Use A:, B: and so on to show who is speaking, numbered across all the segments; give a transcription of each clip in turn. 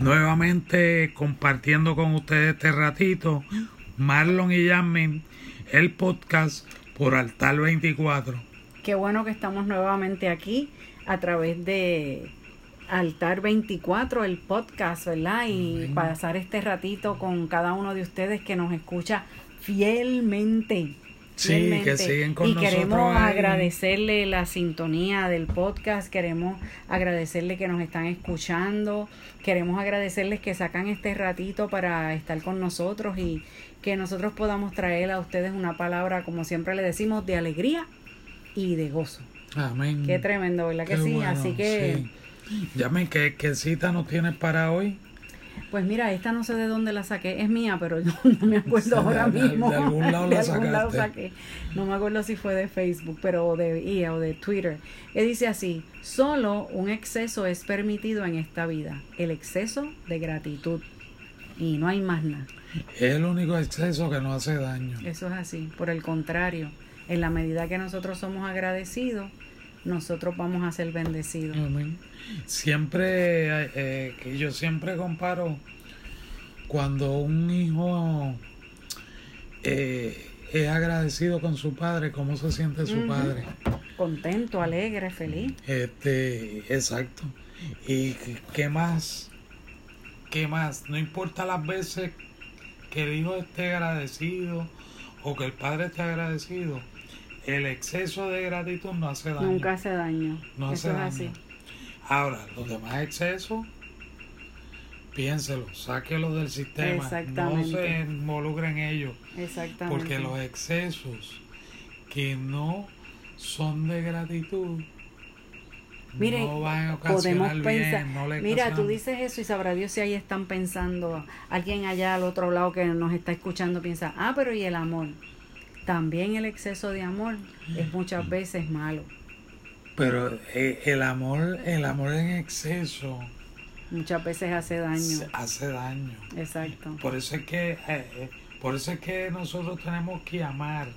A: nuevamente compartiendo con ustedes este ratito, Marlon y Jasmine, el podcast por Altar 24.
B: Qué bueno que estamos nuevamente aquí a través de Altar 24, el podcast, ¿verdad? Y pasar este ratito con cada uno de ustedes que nos escucha fielmente.
A: Sí,
B: fielmente.
A: que siguen con
B: y
A: nosotros
B: queremos
A: ahí.
B: agradecerle la sintonía del podcast, queremos agradecerle que nos están escuchando, queremos agradecerles que sacan este ratito para estar con nosotros y que nosotros podamos traer a ustedes una palabra, como siempre le decimos, de alegría y de gozo.
A: Amén.
B: Qué tremendo, ¿verdad que
A: Mm. Qué
B: sí?
A: bueno,
B: Así que,
A: sí. Jasmine, ¿qué, qué cita nos tienes para hoy?
B: pues mira, esta no sé de dónde la saqué, es mía, pero yo no me acuerdo
A: De-
B: ahora
A: de- de
B: mismo.
A: algún lado
B: De
A: la
B: algún lado
A: sacaste.
B: saqué. No me acuerdo si fue de Facebook, pero o de IA o de Twitter. Que dice así, solo un exceso es permitido en esta vida, el exceso de gratitud. Y no hay más nada.
A: Es el único exceso que no hace daño.
B: Eso es así. Por el contrario, en la medida que nosotros somos agradecidos, nosotros vamos a ser bendecidos.
A: Amén. Siempre, eh, eh, que yo siempre comparo cuando un hijo eh, es agradecido con su padre, cómo se siente su
B: Ujú.
A: padre.
B: Contento, alegre, feliz.
A: Este, exacto. Y qué- qué más, qué más, no importa las veces que el hijo esté agradecido o que el padre esté agradecido, el exceso de gratitud no hace daño.
B: Nunca hace daño.
A: No hace
B: Eso es
A: daño.
B: así.
A: Ahora, los demás excesos, piénselo, sáquelo del sistema. No
B: Exactamente.
A: se involucren en ellos,
B: Exactamente.
A: porque los excesos que no son de gratitud
B: Mire,
A: no van a ocasionar
B: podemos
A: bien,
B: pensar.
A: no le
B: Mira, tú
A: ocasionan-
B: dices eso y sabrá Dios si ahí están pensando. Alguien allá al otro lado que nos está escuchando piensa, ah, pero ¿y el amor? También el exceso de amor es muchas veces malo.
A: Pero eh, el amor, el amor en exceso
B: Muchas veces hace daño.
A: se- hace daño.
B: Exacto.
A: Por eso es que, eh, eh, por eso es que nosotros tenemos que amar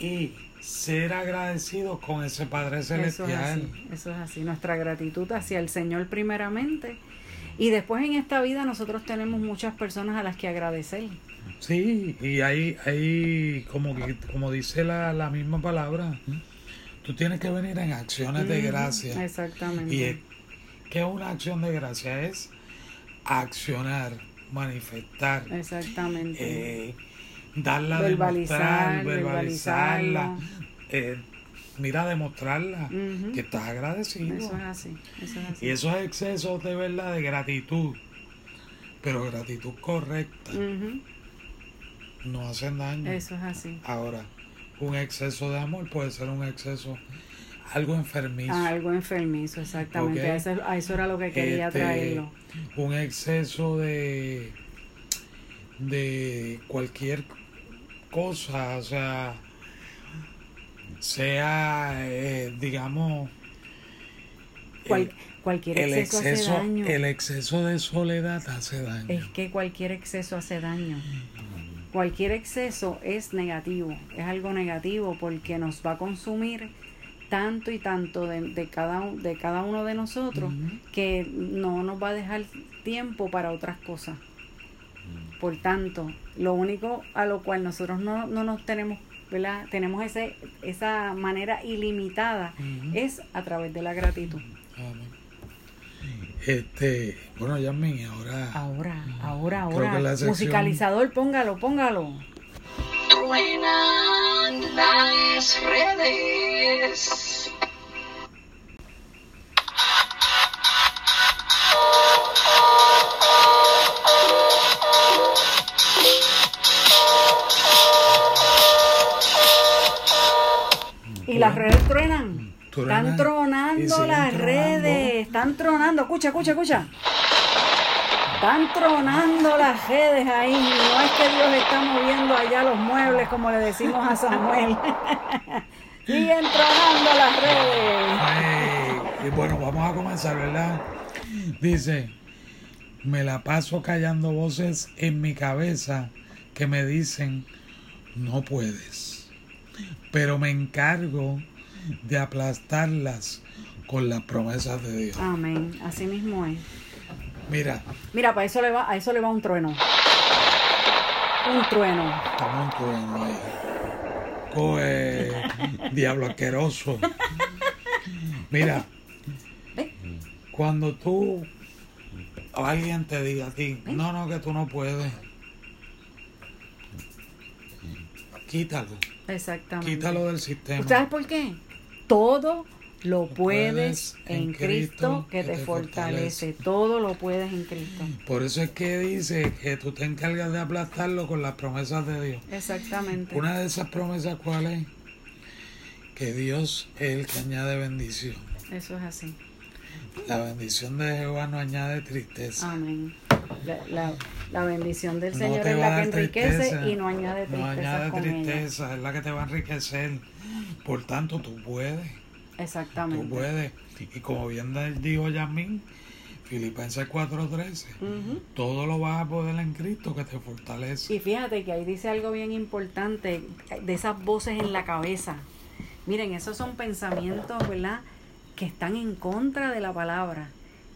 A: y ser agradecidos con ese Padre
B: Eso es
A: Celestial.
B: así. Eso es así. Nuestra gratitud hacia el Señor primeramente. Y después en esta vida nosotros tenemos muchas personas a las que agradecer.
A: Sí, y ahí, ahí como, que- como dice la, la misma palabra, tú tienes que venir en acciones de
B: Ujú,
A: gracia.
B: Exactamente.
A: Y es- ¿qué es una acción de gracia? Es accionar, manifestar,
B: Exactamente.
A: eh, darla a
B: Verbalizar,
A: demostrar, verbalizarla,
B: verbalizarlo.
A: eh, mira, demostrarla
B: Ujú.
A: que estás agradecido.
B: Eso es así. Eso es así.
A: Y esos excesos de verdad de gratitud, pero gratitud correcta,
B: Ujú,
A: no hacen daño.
B: Eso es así.
A: Ahora, un exceso de amor puede ser un exceso, algo enfermizo.
B: Algo enfermizo, exactamente.
A: Ok.
B: A, eso, a eso era lo que quería
A: Este,
B: traerlo.
A: Un exceso de, de cualquier cosa, o sea, sea, eh, digamos,
B: Cual-
A: el-
B: cualquier
A: el,
B: exceso,
A: exceso,
B: hace daño.
A: el exceso de soledad hace daño.
B: Es que cualquier exceso hace daño. Cualquier exceso es negativo, es algo negativo porque nos va a consumir tanto y tanto de, de cada, un- de cada uno de nosotros
A: Ujú.
B: que no nos va a dejar tiempo para otras cosas. Por tanto, lo único a lo cual nosotros no, no nos tenemos, ¿verdad? Tenemos ese, esa manera ilimitada
A: Ujú.
B: es a través de la gratitud.
A: Amén. Este, bueno, Yasmin, ahora
B: Ahora, ahora,
A: Creo que la
B: ahora.
A: sección-
B: Musicalizador, póngalo, póngalo.
C: Truenan las redes.
B: Y las redes truenan.
A: Truenan.
B: Están
A: Y
B: tronando
A: siguen
B: las
A: tronando.
B: redes. Están tronando. Escucha, escucha, escucha. Están tronando las redes ahí. No es que Dios está moviendo allá los muebles, como le decimos a Samuel. Siguen tronando las redes.
A: Ay, y bueno, vamos a comenzar, ¿verdad? Dice, me la paso callando voces en mi cabeza que me dicen, no puedes. Pero me encargo de aplastarlas con las promesas de Dios.
B: Amén. Así mismo es.
A: Mira,
B: Mira, para eso le va, a eso le va un trueno. Un trueno.
A: toma un trueno ahí. Coge, diablo asqueroso. Mira,
B: ¿Ve?
A: cuando tú o alguien te diga a ti, no, no, que tú no puedes, quítalo,
B: Exactamente.
A: quítalo del sistema.
B: ¿Sabes por qué? Todo lo puedes en Cristo que te fortalece. Todo lo puedes en Cristo.
A: Por eso es que dice que tú te encargas de aplastarlo con las promesas de Dios.
B: Exactamente.
A: Una de esas promesas, ¿cuál es? Que Dios es el que añade bendición.
B: Eso es así.
A: La bendición de Jehová no añade tristeza.
B: Amén. La, la- la bendición del
A: No
B: Ah, Señor
A: te
B: es
A: va a
B: la que
A: dar
B: enriquece
A: tristeza.
B: y no añade
A: No
B: tristeza.
A: añade
B: con ella.
A: tristeza, es la que te va a enriquecer. Por tanto, tú puedes, tú
B: Exactamente.
A: puedes. Y como bien dijo Yamín, Filipenses 4:13,
B: Ujú.
A: todo lo vas a poder en Cristo que te fortalece.
B: Y fíjate que ahí dice algo bien importante de esas voces en la cabeza. Miren, esos son pensamientos, ¿verdad? Que están en contra de la palabra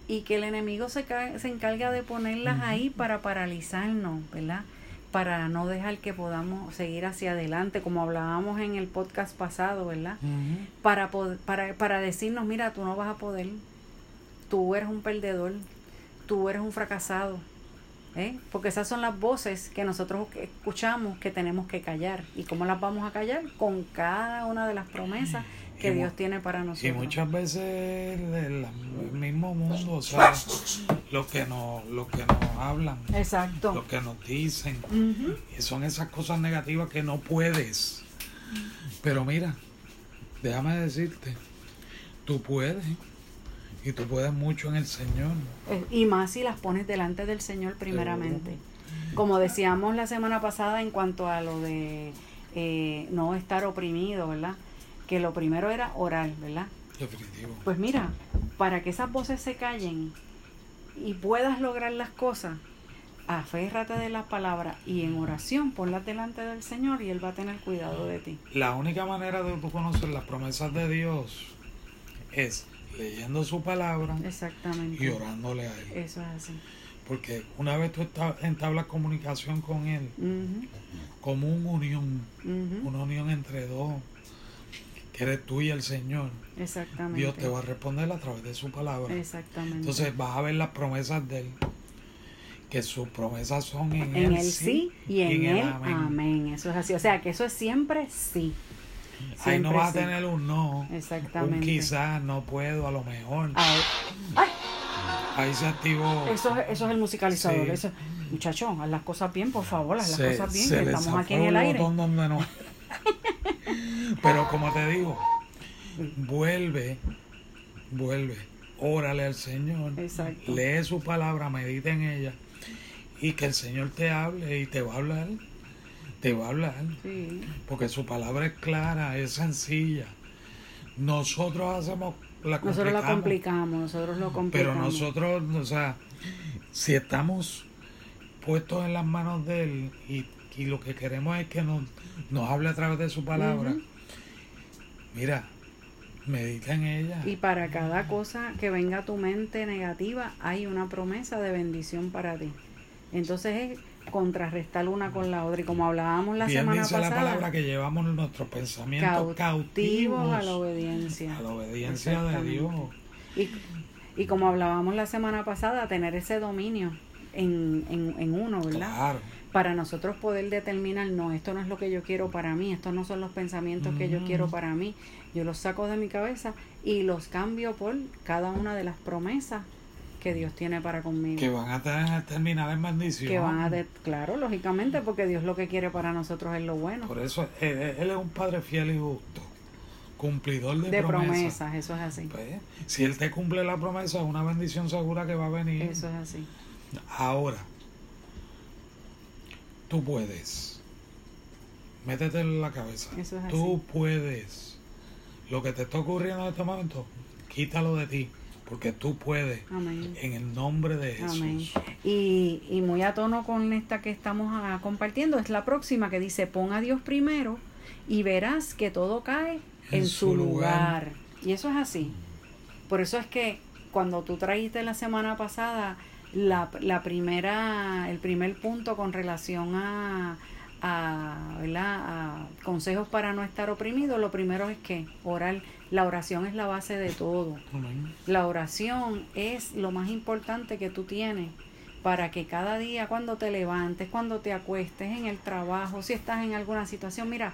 B: y que el enemigo se, ca- se encarga de ponerlas ahí para paralizarnos, ¿verdad? Para no dejar que podamos seguir hacia adelante, como hablábamos en el podcast pasado, ¿verdad?
A: Ujú.
B: para, pod- para, para decirnos, mira, tú no vas a poder, tú eres un perdedor, tú eres un fracasado. ¿eh? Porque esas son las voces que nosotros que- escuchamos que tenemos que callar. ¿Y cómo las vamos a callar? Con cada una de las promesas que
A: Y mu-
B: Dios tiene para
A: Y
B: nosotros.
A: muchas veces el, el mismo mundo, o sea, lo que nos, lo que nos hablan,
B: Exacto.
A: lo que nos dicen,
B: Ujú.
A: y son esas cosas negativas que no puedes. Pero mira, déjame decirte, tú puedes, y tú puedes mucho en el Señor.
B: Eh, Y más si las pones delante del Señor primeramente. Como decíamos la semana pasada en cuanto a lo de eh, no estar oprimido, ¿verdad? Que lo primero era orar, ¿verdad?
A: Definitivo.
B: Pues mira, para que esas voces se callen y puedas lograr las cosas, aférrate de las palabras y en oración ponlas delante del Señor y Él va a tener cuidado de ti.
A: La única manera de tú conocer las promesas de Dios es leyendo su palabra
B: Exactamente.
A: y orándole a Él.
B: Eso es así.
A: Porque una vez tú esta- entablas comunicación con Él,
B: Ujú,
A: como una unión,
B: ujú.
A: una unión entre dos, que eres tú y el Señor.
B: Exactamente.
A: Dios te va a responder a través de su palabra.
B: Exactamente.
A: Entonces vas a ver las promesas de Él, que sus promesas son en,
B: en
A: él,
B: el sí y en
A: el
B: el amén. Eso es así. O sea, que eso es siempre sí.
A: Ahí no
B: Siempre
A: vas
B: sí.
A: a tener un no, un
B: Exactamente.
A: quizás, no puedo, a lo mejor.
B: Ah, Ay,
A: Ahí se activó.
B: Eso, es- eso es el musicalizador.
A: Sí.
B: Eso, muchachos, haz las cosas bien, por favor, haz las
A: se-
B: cosas bien,
A: se
B: que
A: le
B: estamos
A: zafó
B: aquí en el aire.
A: botón donde no. Pero como te digo, vuelve, vuelve, órale al Señor,
B: Exacto.
A: lee su palabra, medita en ella y que el Señor te hable y te va a hablar, te va a hablar,
B: Sí,
A: porque su palabra es clara, es sencilla. Nosotros hacemos la
B: nosotros lo
A: complicamos.
B: complicamos, nosotros lo complicamos.
A: Pero nosotros, o sea, si estamos puestos en las manos de Él y, y lo que queremos es que nos, nos hable a través de su palabra,
B: Ujú.
A: mira, medita en ella.
B: Y para cada cosa que venga a tu mente negativa, hay una promesa de bendición para ti. Entonces es contrarrestar una con la otra. Y como hablábamos la
A: Bien
B: semana
A: dice
B: pasada,
A: la palabra que llevamos nuestros pensamientos
B: cautivos,
A: cautivos
B: a la obediencia.
A: a la obediencia de Dios.
B: Y, y como hablábamos la semana pasada, tener ese dominio en, en, en uno, ¿verdad?
A: Claro.
B: para nosotros poder determinar, no, esto no es lo que yo quiero para mí, estos no son los pensamientos que yo
A: Mm.
B: quiero para mí. Yo los saco de mi cabeza y los cambio por cada una de las promesas que Dios tiene para conmigo.
A: Que van a tener- terminar en bendición.
B: que van a, de- claro, lógicamente, porque Dios lo que quiere para nosotros es lo bueno.
A: Por eso él, él es un padre fiel y justo, cumplidor de, Pues,
B: De
A: promesas.
B: promesas, eso es así.
A: Pues, si él te cumple la promesa, es una bendición segura que va a venir.
B: Eso es así.
A: Ahora, tú puedes. Métete en la cabeza.
B: Eso es
A: tú puedes. Lo que te está ocurriendo en este momento, quítalo de ti, porque tú puedes.
B: Amén.
A: En el nombre de Jesús.
B: Amén. Y, y muy a tono con esta que estamos ah, compartiendo, es la próxima que dice, pon a Dios primero y verás que todo cae en, su lugar. Y eso es así. Por eso es que cuando tú trajiste la semana pasada la, la primera, el primer punto con relación a, a, ¿verdad? a consejos para no estar oprimido, lo primero es que orar, la oración es la base de todo.
A: Amén.
B: La oración es lo más importante que tú tienes para que cada día cuando te levantes, cuando te acuestes en el trabajo, si estás en alguna situación, mira,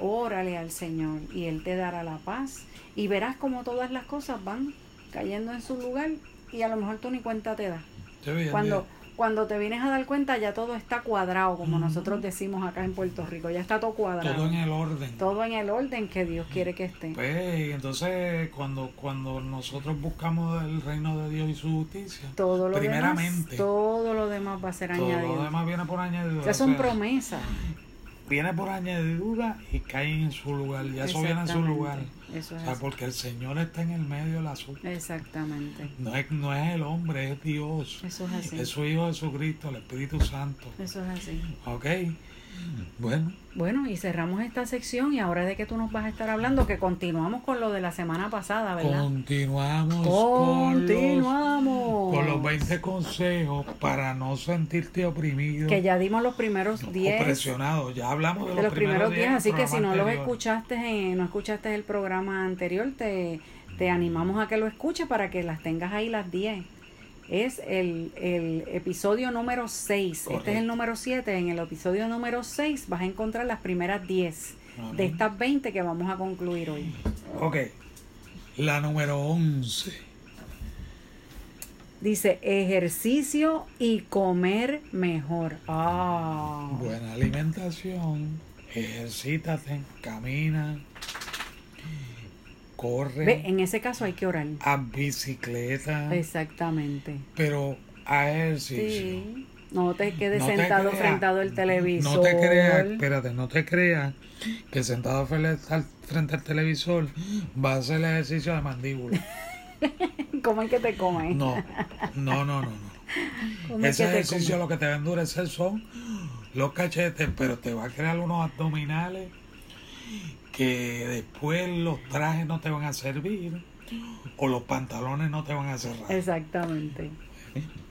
B: órale al Señor y Él te dará la paz y verás como todas las cosas van cayendo en su lugar y a lo mejor tú ni cuenta te das.
A: Te vi,
B: Cuando,
A: Andrea.
B: cuando te vienes a dar cuenta ya todo está cuadrado, como
A: Ujú.
B: nosotros decimos acá en Puerto Rico, ya está todo
A: Todo
B: cuadrado,
A: en el orden.
B: todo en el orden que Dios quiere que esté.
A: Pues, y entonces, cuando, cuando nosotros buscamos el reino de Dios y su justicia,
B: Todo lo demás,
A: primeramente,
B: todo lo demás va a ser
A: todo
B: añadido.
A: lo demás viene por
B: O
A: añadidura.
B: sea, son
A: o sea,
B: promesas.
A: viene por añadidura y caen en su lugar. Ya eso viene en su
B: Exactamente.
A: lugar.
B: Eso
A: O
B: es
A: sea,
B: así.
A: porque el Señor está en el medio del asunto.
B: Exactamente.
A: No es, no es el hombre, es Dios.
B: Eso es así.
A: Es su Hijo Jesucristo, el Espíritu Santo.
B: Eso es así.
A: ¿Ok? Bueno,
B: Bueno, y cerramos esta sección y ahora de que tú nos vas a estar hablando, que continuamos con lo de la semana pasada, ¿verdad?
A: continuamos con los
B: Continuamos.
A: Con los 20 consejos para no sentirte oprimido
B: Que ya dimos los primeros 10.
A: o presionado. Ya hablamos de,
B: de los primeros 10, así que si no los
A: lo
B: escuchaste, eh, no escuchaste el programa anterior, te, te animamos a que lo escuches para que las tengas ahí las 10. Es el, el episodio número 6, este es
A: Correcto.
B: el número 7, en el episodio número 6 vas a encontrar las primeras 10
A: Amén.
B: de estas 20 que vamos a concluir hoy.
A: Ok, la número 11.
B: Dice ejercicio y comer mejor. Ah,
A: Buena alimentación, ejercítate, camina, corre,
B: Ve, pues, en ese caso hay que orar.
A: haz bicicleta,
B: Exactamente.
A: pero haz ejercicio.
B: Sí. No te quedes
A: No te
B: sentado
A: creas.
B: frente al televisor.
A: No te creas, espérate, no te creas que sentado frele- al- frente al televisor va a hacer el ejercicio de mandíbula.
B: ¿Cómo es que te comen?
A: No, no, no, no. no.
B: ¿Cómo es
A: Ese
B: que te
A: ejercicio
B: comen?
A: lo que te va a endurecer son los cachetes, pero te va a crear unos abdominales que después los trajes no te van a servir o los pantalones no te van a cerrar.
B: Exactamente.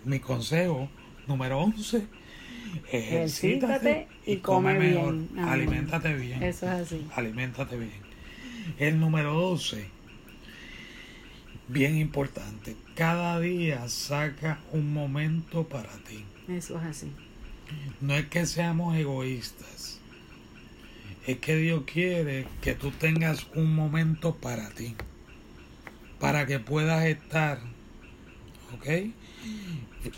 A: Mi consejo número 11,
B: Ejercítate
A: ejercítate
B: y
A: y
B: come
A: come mejor.
B: bien. Amén.
A: Aliméntate bien.
B: Eso es así.
A: Aliméntate bien. El número 12, bien importante, cada día saca un momento para ti.
B: Eso es así.
A: No es que seamos egoístas, es que Dios quiere que tú tengas un momento para ti, para que puedas estar, ¿ok?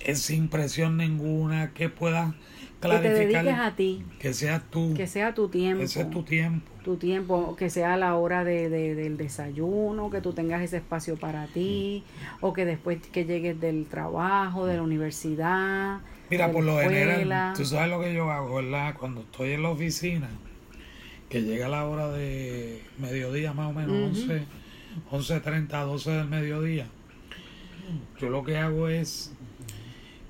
A: Eh, Sin presión ninguna, que puedas
B: Que te dediques
A: clarificar,
B: a ti.
A: que seas tú,
B: Que sea tu tiempo.
A: ese es tu tiempo.
B: tu tiempo, que sea la hora de, de- del desayuno, que tú tengas ese espacio para ti,
A: Mm.
B: o que después que llegues del trabajo, de la universidad.
A: Mira,
B: de
A: por
B: la
A: lo
B: escuela.
A: general, tú sabes lo que yo hago, ¿verdad? Cuando estoy en la oficina, que llega la hora de mediodía más o menos,
B: Ujú.
A: 11, 11.30, 12 del mediodía, yo lo que hago es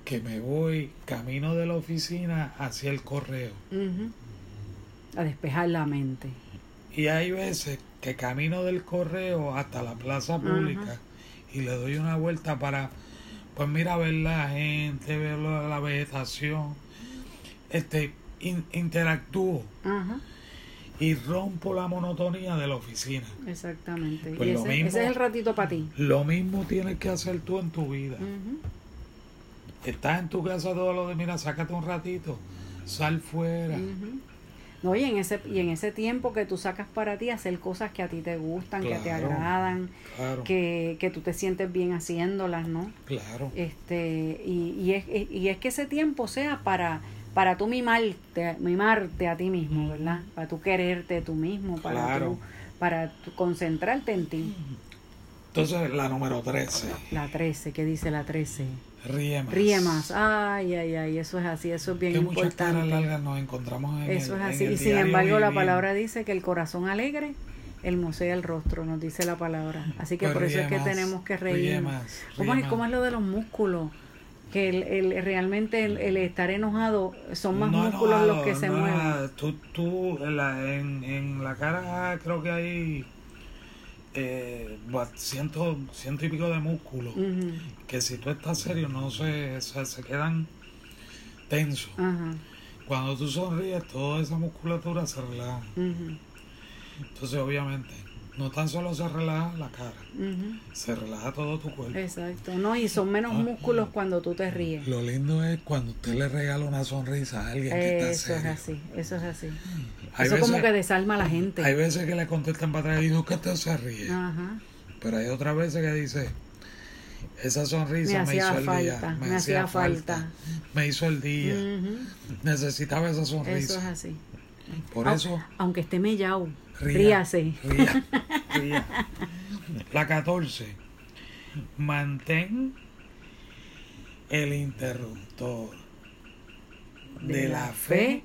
A: que me voy camino de la oficina hacia el correo.
B: Ujú. A despejar la mente.
A: Y hay veces que camino del correo hasta la plaza pública y le doy una vuelta para, pues mira, ver la gente, ver lo- la vegetación, este, in- interactúo
B: Ajá.
A: y rompo la monotonía de la oficina.
B: Exactamente.
A: Pues
B: y
A: lo
B: ese,
A: mismo.
B: ese es el ratito para ti.
A: Lo mismo tienes que hacer tú en tu vida.
B: Ujú.
A: Estás en tu casa todo lo de, mira, sácate un ratito, sal fuera.
B: Ujú. No, y en, ese, y en ese tiempo que tú sacas para ti, hacer cosas que a ti te gustan, que te
A: Claro.
B: agradan,
A: Claro,
B: que, que tú te sientes bien haciéndolas, ¿no?
A: claro.
B: Este, y, y, es, y es que ese tiempo sea para, para tú mimarte, mimarte a ti mismo, ¿verdad? Para tú quererte tú mismo, para,
A: Mm. Claro.
B: tú, para tú concentrarte en ti.
A: Entonces, la número 13,
B: La 13, ¿qué dice la 13?
A: Ríe más.
B: Ríe más. Ay, ay, ay, eso es así, eso es bien
A: que muchas caras
B: importante.
A: largas nos encontramos en
B: Eso
A: el-
B: es
A: en
B: así.
A: el
B: Y sin
A: diario
B: embargo, la
A: vivir.
B: palabra dice que el corazón alegre hermosea el rostro, nos dice la palabra. Así que
A: Pues
B: por eso
A: ríe
B: es que
A: más,
B: tenemos que
A: ríe
B: reír.
A: más,
B: ¿Cómo,
A: ríe
B: es, cómo
A: más.
B: es lo de los músculos? Que el, el- realmente el, el estar enojado son más
A: No
B: músculos los
A: enojado,
B: que se
A: no
B: mueven.
A: enojado. Tú, tú en, la, en, en la cara creo que hay eh, ba- ciento, ciento y pico de músculos
B: Ujú,
A: que si tú estás serio no se, se, se quedan tensos.
B: Ajá.
A: Cuando tú sonríes toda esa musculatura se relaja.
B: ujú,
A: Entonces obviamente no tan solo se relaja la cara,
B: ujú.
A: se relaja todo tu cuerpo.
B: Exacto. No, y son menos
A: Ah.
B: músculos cuando tú te ríes.
A: Lo lindo es cuando usted le regala una sonrisa a alguien que está
B: Eso es
A: serio.
B: así, eso es así.
A: Hay
B: eso como
A: veces-
B: que desalma a la gente.
A: Hay veces que le contestan para atrás y no que te se ríe.
B: Ajá.
A: Pero hay otras veces que dice, esa sonrisa
B: Me
A: me,
B: hacía
A: hizo el
B: falta,
A: día.
B: me hacía falta.
A: Me hizo el día.
B: Ujú,
A: Necesitaba esa
B: Eso es
A: sonrisa.
B: así. Ah,
A: Por
B: Au-
A: eso,
B: Aunque esté mellao,
A: ría.
B: ríase.
A: ría, ría. La 14. Mantén el interruptor de, la fe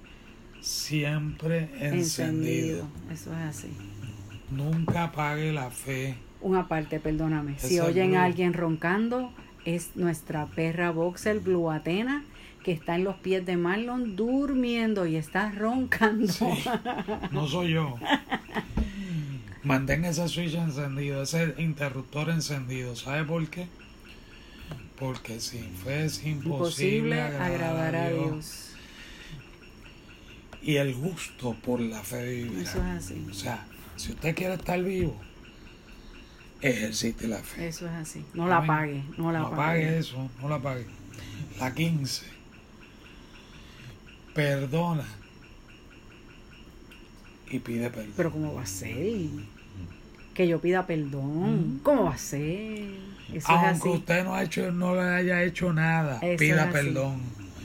A: siempre encendido.
B: Eso es así.
A: Nunca apague la fe.
B: Una parte, perdóname. Si
A: Esa
B: oyen
A: Blue.
B: a alguien roncando, es nuestra perra boxer Blue Atena que está en los pies de Marlon durmiendo y está roncando.
A: No soy yo. Mantén ese switch encendido, ese interruptor encendido. ¿Sabe por qué? Porque sin fe es imposible,
B: Imposible agradar a Dios.
A: Y el gusto por la fe vivirá.
B: Eso es así.
A: O sea, si usted quiere estar vivo, ejercite la fe.
B: Eso es así. No la
A: Amén.
B: apague, no la
A: no
B: apague.
A: apague eso, no la apague. La 15. Perdona y pide perdón.
B: Pero ¿cómo va a ser? Que yo pida perdón. ¿Cómo va a ser? Eso es
A: Aunque
B: así.
A: usted no, ha hecho, no le haya hecho nada,
B: Eso es
A: pida
B: así.
A: perdón.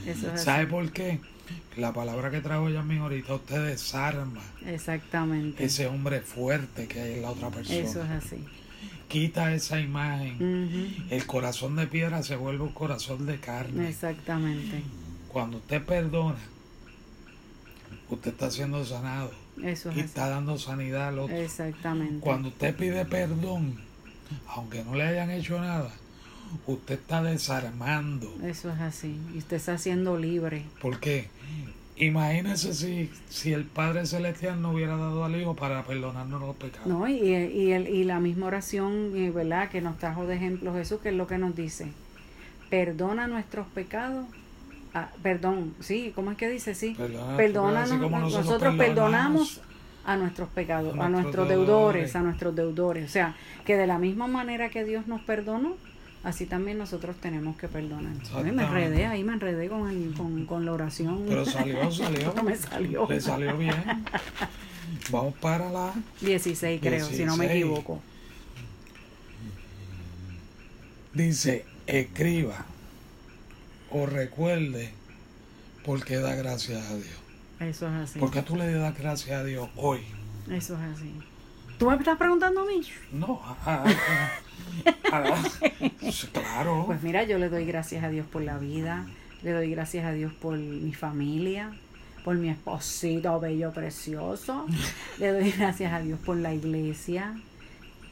B: Eso es así.
A: ¿Sabe por qué? La palabra que trajo Yasmin ahorita, usted desarma
B: Exactamente. Eso
A: ese hombre fuerte que hay en la otra persona.
B: es Mm. así.
A: Quita esa imagen.
B: Ujú.
A: El corazón de piedra se vuelve un corazón de carne.
B: Exactamente.
A: Cuando usted perdona, usted está siendo sanado
B: Eso
A: y
B: es así.
A: está dando sanidad al otro.
B: Exactamente.
A: Cuando usted pide perdón, aunque no le hayan hecho nada, usted está desarmando.
B: Eso es así. Y usted está siendo libre.
A: Porque imagínese si, si el Padre Celestial no hubiera dado al Hijo para perdonarnos los pecados.
B: ¿No? Y, y, el, y la misma oración, eh, ¿verdad? Que nos trajo de ejemplo Jesús, que es lo que nos dice. Perdona nuestros pecados. Ah, perdón, sí, ¿cómo es que dice? Sí.
A: Perdona-
B: Perdona,
A: así como
B: nosotros,
A: nosotros
B: perdonamos a nuestros pecados,
A: a
B: a
A: nuestros
B: nuestros deudores,
A: deudores.
B: a nuestros deudores. O sea, que de la misma manera que Dios nos perdonó, así también nosotros tenemos que perdonar. Ay, me
A: Exactamente.
B: enredé, ahí me enredé con, el- con, con la oración.
A: Pero salió, salió.
B: No me salió.
A: Le salió bien. Vamos para la
B: 16 creo, si no me
A: 16.
B: equivoco.
A: Dice, escriba o recuerde por qué da gracias a Dios.
B: Eso es así.
A: ¿Por qué tú le das gracias a Dios hoy?
B: Eso es así. ¿Tú me estás preguntando a mí?
A: No, a- a- a- a- claro.
B: Pues mira, yo le doy gracias a Dios por la vida, le doy gracias a Dios por mi familia, por mi esposito bello, precioso, le doy gracias a Dios por la iglesia,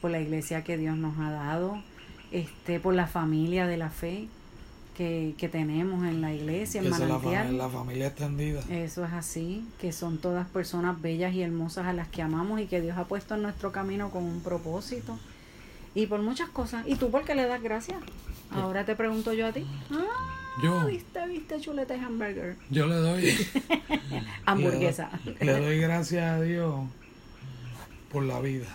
B: por la iglesia que Dios nos ha dado, este, por la familia de la fe que, que tenemos en la iglesia, en
A: que se la, fam-
B: Manantial. Eh,
A: la familia extendida.
B: Eso es así, que son todas personas bellas y hermosas a las que amamos y que Dios ha puesto en nuestro camino con un propósito y por muchas cosas. ¿Y tú por qué le das gracias? Ahora te pregunto yo a ti. Ah,
A: Yo,
B: viste, viste, chuleta de hamburger.
A: yo le doy.
B: Hamburguesa.
A: Le doy, le doy gracias a Dios por la vida,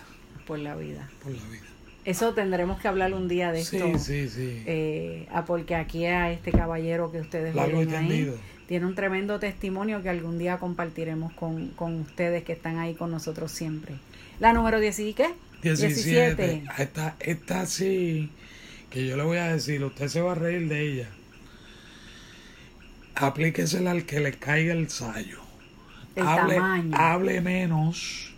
B: Por la vida.
A: por la vida.
B: Eso tendremos que hablar un día de
A: Sí,
B: esto.
A: sí, sí.
B: eh, a porque aquí a este caballero que ustedes
A: Largo
B: oyen
A: y
B: ahí,
A: tendido.
B: tiene un tremendo testimonio que algún día compartiremos con, con ustedes que están ahí con nosotros siempre. La número 17, ¿qué?
A: 17. Ah, Esta, esta sí, que yo le voy a decir, usted se va a reír de ella. Aplíquesela al que le caiga el sayo.
B: El
A: hable,
B: tamaño.
A: hable menos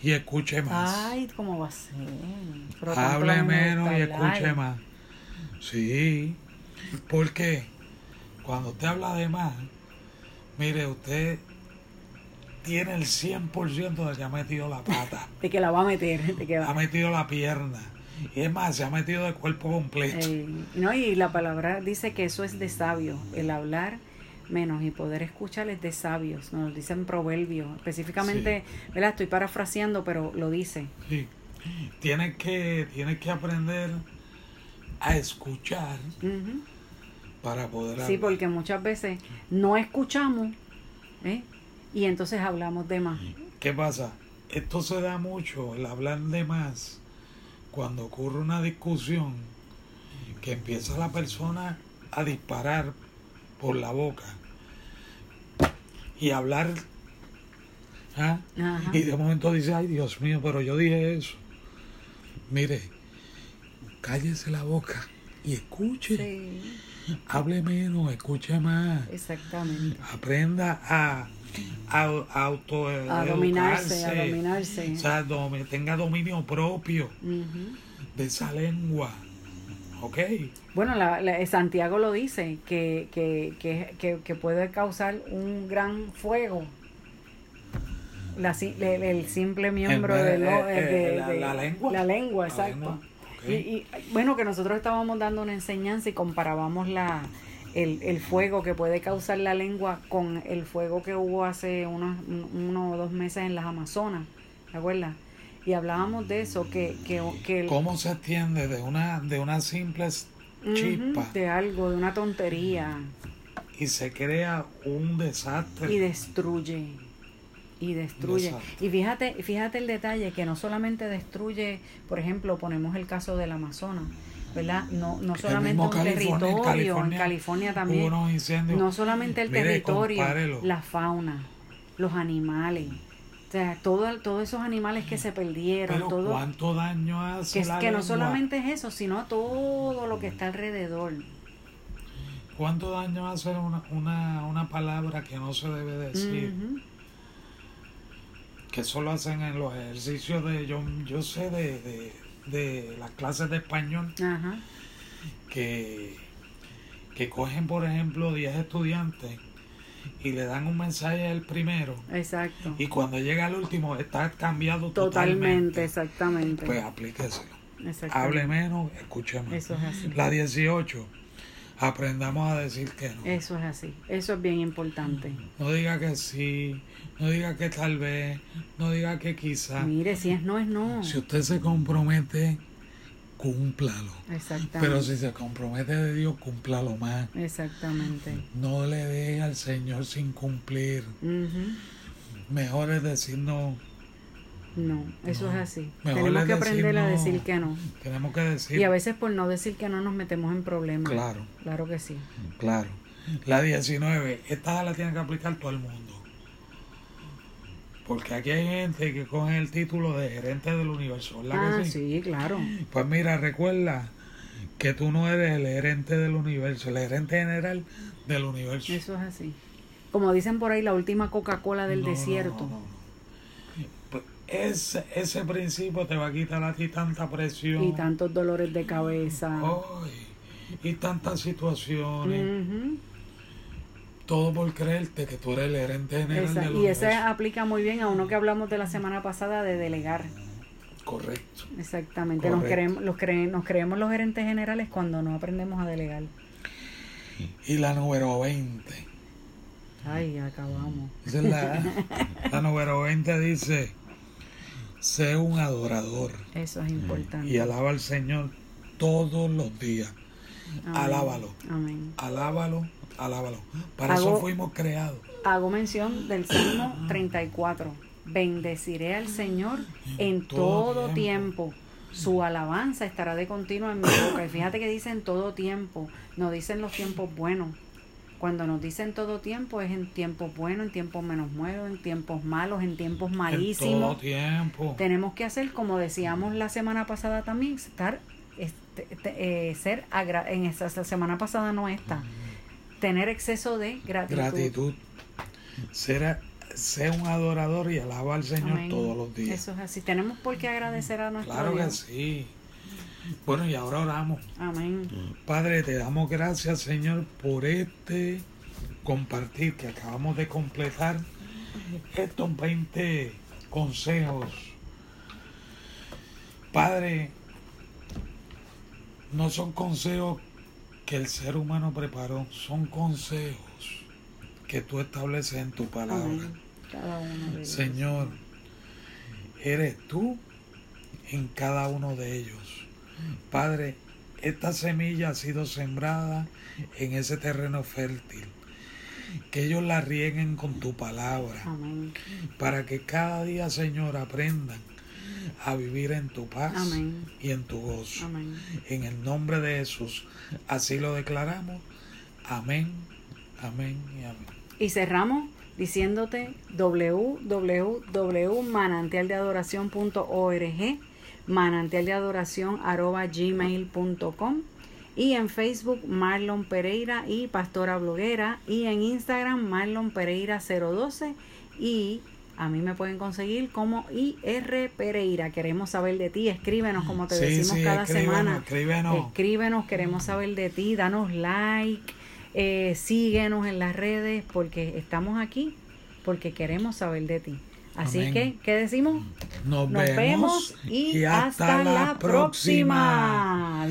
A: y escuche más.
B: Ay, ¿cómo va a ser? Pero tanto
A: hable
B: no me
A: menos y
B: gusta hablar.
A: escuche más. Sí. Porque cuando usted habla de más, mire, usted tiene el 100% de que ha metido la pata,
B: De que la va a meter, de que
A: ha
B: va.
A: metido la pierna. Y es más, se ha metido de cuerpo completo.
B: Eh, no, y la palabra dice que eso es de sabio, el hablar menos y poder escuchar es de sabios, nos lo dicen proverbios, específicamente, ¿verdad? Estoy parafraseando, pero lo dice.
A: Sí. Tienes que, tienes que aprender a escuchar
B: Ujú.
A: para poder
B: Sí,
A: hablar.
B: porque muchas veces no escuchamos ¿eh? y entonces hablamos de más.
A: ¿Qué pasa? Esto se da mucho, el hablar de más, cuando ocurre una discusión, que empieza la persona a disparar por la boca y hablar. ¿ah?
B: Ajá.
A: Y de momento dice, ay Dios mío, pero yo dije eso. Mire, cállese la boca y escuche.
B: Sí,
A: Hable menos, escuche más.
B: exactamente.
A: Aprenda a, a, a auto eh,
B: A dominarse, a dominarse.
A: O sea, dome- tenga dominio propio
B: Ujú.
A: de esa lengua. ¿Ok?
B: Bueno, la- la- eh, Santiago lo dice, que, que, que, que- que puede causar un gran fuego. La si- le- le- el, simple miembro
A: El-
B: de, lo-
A: eh,
B: de-
A: eh, la-
B: de-
A: la lengua.
B: La lengua,
A: La
B: exacto.
A: lengua, ok.
B: Y, y, bueno, que nosotros estábamos dando una enseñanza y comparábamos la, el, el fuego que puede causar la lengua con el fuego que hubo hace unos, un- uno o dos meses en las Amazonas, ¿te acuerdas? Y hablábamos de eso, que, que, que el-
A: ¿Cómo se atiende de una, de una simple s-
B: Ujú,
A: chispa
B: de algo, de una tontería.
A: y se crea un desastre?
B: y destruye y destruye
A: Exacto.
B: y fíjate fíjate el detalle que no solamente destruye por ejemplo ponemos el caso del Amazonas verdad no no
A: El
B: solamente
A: mismo
B: un territorio en California,
A: hubo
B: también
A: unos incendios.
B: no solamente el
A: Mire,
B: territorio
A: compárelo.
B: la fauna los animales o sea todo todos esos animales que se perdieron
A: Pero
B: todo
A: cuánto daño hace
B: que, es-
A: la
B: que no
A: lengua?
B: solamente es eso sino todo lo que está alrededor
A: ¿Cuánto daño hace una, una, una palabra que no se debe decir?
B: Ujú.
A: Que solo hacen en los ejercicios de... Yo, yo sé de, de, de las clases de español
B: ajá
A: que, que cogen, por ejemplo, 10 estudiantes y le dan un mensaje al primero
B: exacto
A: y cuando llega el último está cambiado
B: Totalmente,
A: totalmente.
B: exactamente.
A: Pues aplíquese.
B: Exactamente.
A: Hable menos, escuche más.
B: Eso es así.
A: La 18. Aprendamos a decir que no.
B: Eso es así. Eso es bien importante.
A: No diga que sí, no diga que tal vez, no diga que quizá.
B: Mire, si es no, es no.
A: Si usted se compromete, cúmplalo.
B: Exactamente.
A: Pero si se compromete de Dios, cúmplalo más.
B: Exactamente.
A: No le deje al Señor sin cumplir.
B: Ujú.
A: Mejor es decir no.
B: No, eso
A: No.
B: es así.
A: Mejor
B: Tenemos
A: es
B: que
A: decir
B: aprender a
A: no.
B: decir que no.
A: Tenemos que decir.
B: Y a veces por no decir que no nos metemos en problemas.
A: Claro,
B: Claro que sí.
A: claro. La 19. Esta la tiene que aplicar todo el mundo. Porque aquí hay gente que coge el título de gerente del universo, ¿verdad
B: Ah,
A: que
B: sí, claro.
A: Pues mira, recuerda que tú no eres el gerente del universo, el gerente general del universo.
B: Eso es así. Como dicen por ahí, la última Coca-Cola del
A: No,
B: desierto.
A: no, no, no. Pues Ese, ese principio te va a quitar a ti tanta presión
B: Y tantos dolores de cabeza.
A: ay, y tantas situaciones.
B: Ujú.
A: Todo por creerte que tú eres el gerente general
B: Esa-
A: del
B: y
A: universo.
B: ese aplica muy bien a uno que hablamos de la semana pasada de delegar.
A: Correcto.
B: Exactamente. Nos
A: Correcto.
B: creemos, los cre- nos creemos los gerentes generales cuando no aprendemos a delegar.
A: Y la número 20.
B: Ay, acabamos.
A: Esa es la, la número 20 dice, sé un adorador.
B: Eso es importante.
A: y alaba al Señor todos los días.
B: Amén.
A: alábalo.
B: Amén.
A: Alábalo, alábalo. Para
B: Hago-
A: eso fuimos creados.
B: Hago mención del Salmo 34. Bendeciré al Señor en todo,
A: todo tiempo.
B: tiempo. Su alabanza estará de continuo en mi boca. Y fíjate que dicen todo tiempo. No dicen los tiempos buenos. Cuando nos dicen todo tiempo es en tiempos buenos, en tiempos menos buenos, en tiempos malos, en tiempos
A: En
B: malísimos.
A: todo tiempo.
B: tenemos que hacer, como decíamos la semana pasada también, estar, este, este, eh, ser, agra- en esa, esa semana pasada no está, tener exceso de gratitud.
A: Gratitud. Será, sé un adorador y alaba al Señor
B: Amén.
A: todos los días.
B: Eso es así. Tenemos por qué agradecer a nuestro
A: claro que
B: Dios.
A: sí. Bueno, y ahora oramos.
B: Amén.
A: Padre, te damos gracias, Señor, por este compartir que acabamos de completar estos 20 consejos. Padre, no son consejos que el ser humano preparó, son consejos que tú estableces en tu palabra.
B: Amén. Cada uno de ellos.
A: Señor, eres tú en cada uno de ellos. Padre, esta semilla ha sido sembrada en ese terreno fértil. Que ellos la rieguen con tu palabra,
B: Amén.
A: para que cada día, Señor, aprendan a vivir en tu paz
B: Amén.
A: y en tu gozo.
B: Amén.
A: En el nombre de Jesús, así lo declaramos. Amén, amén y amén.
B: Y cerramos diciéndote www.manantialdeadoración.org, manantialdeadoración.gmail.com y en Facebook Marlon Pereira y Pastora Bloguera y en Instagram Marlon Pereira 012 y a mí me pueden conseguir como IR Pereira. Queremos saber de ti, escríbenos como te
A: Sí,
B: decimos
A: sí,
B: cada
A: escríbenos,
B: semana.
A: escríbenos.
B: Escríbenos, queremos saber de ti, danos like, eh, síguenos en las redes porque estamos aquí, porque queremos saber de ti. Así
A: Amén.
B: que, ¿qué decimos?
A: Nos,
B: Nos vemos y, hasta, la próxima.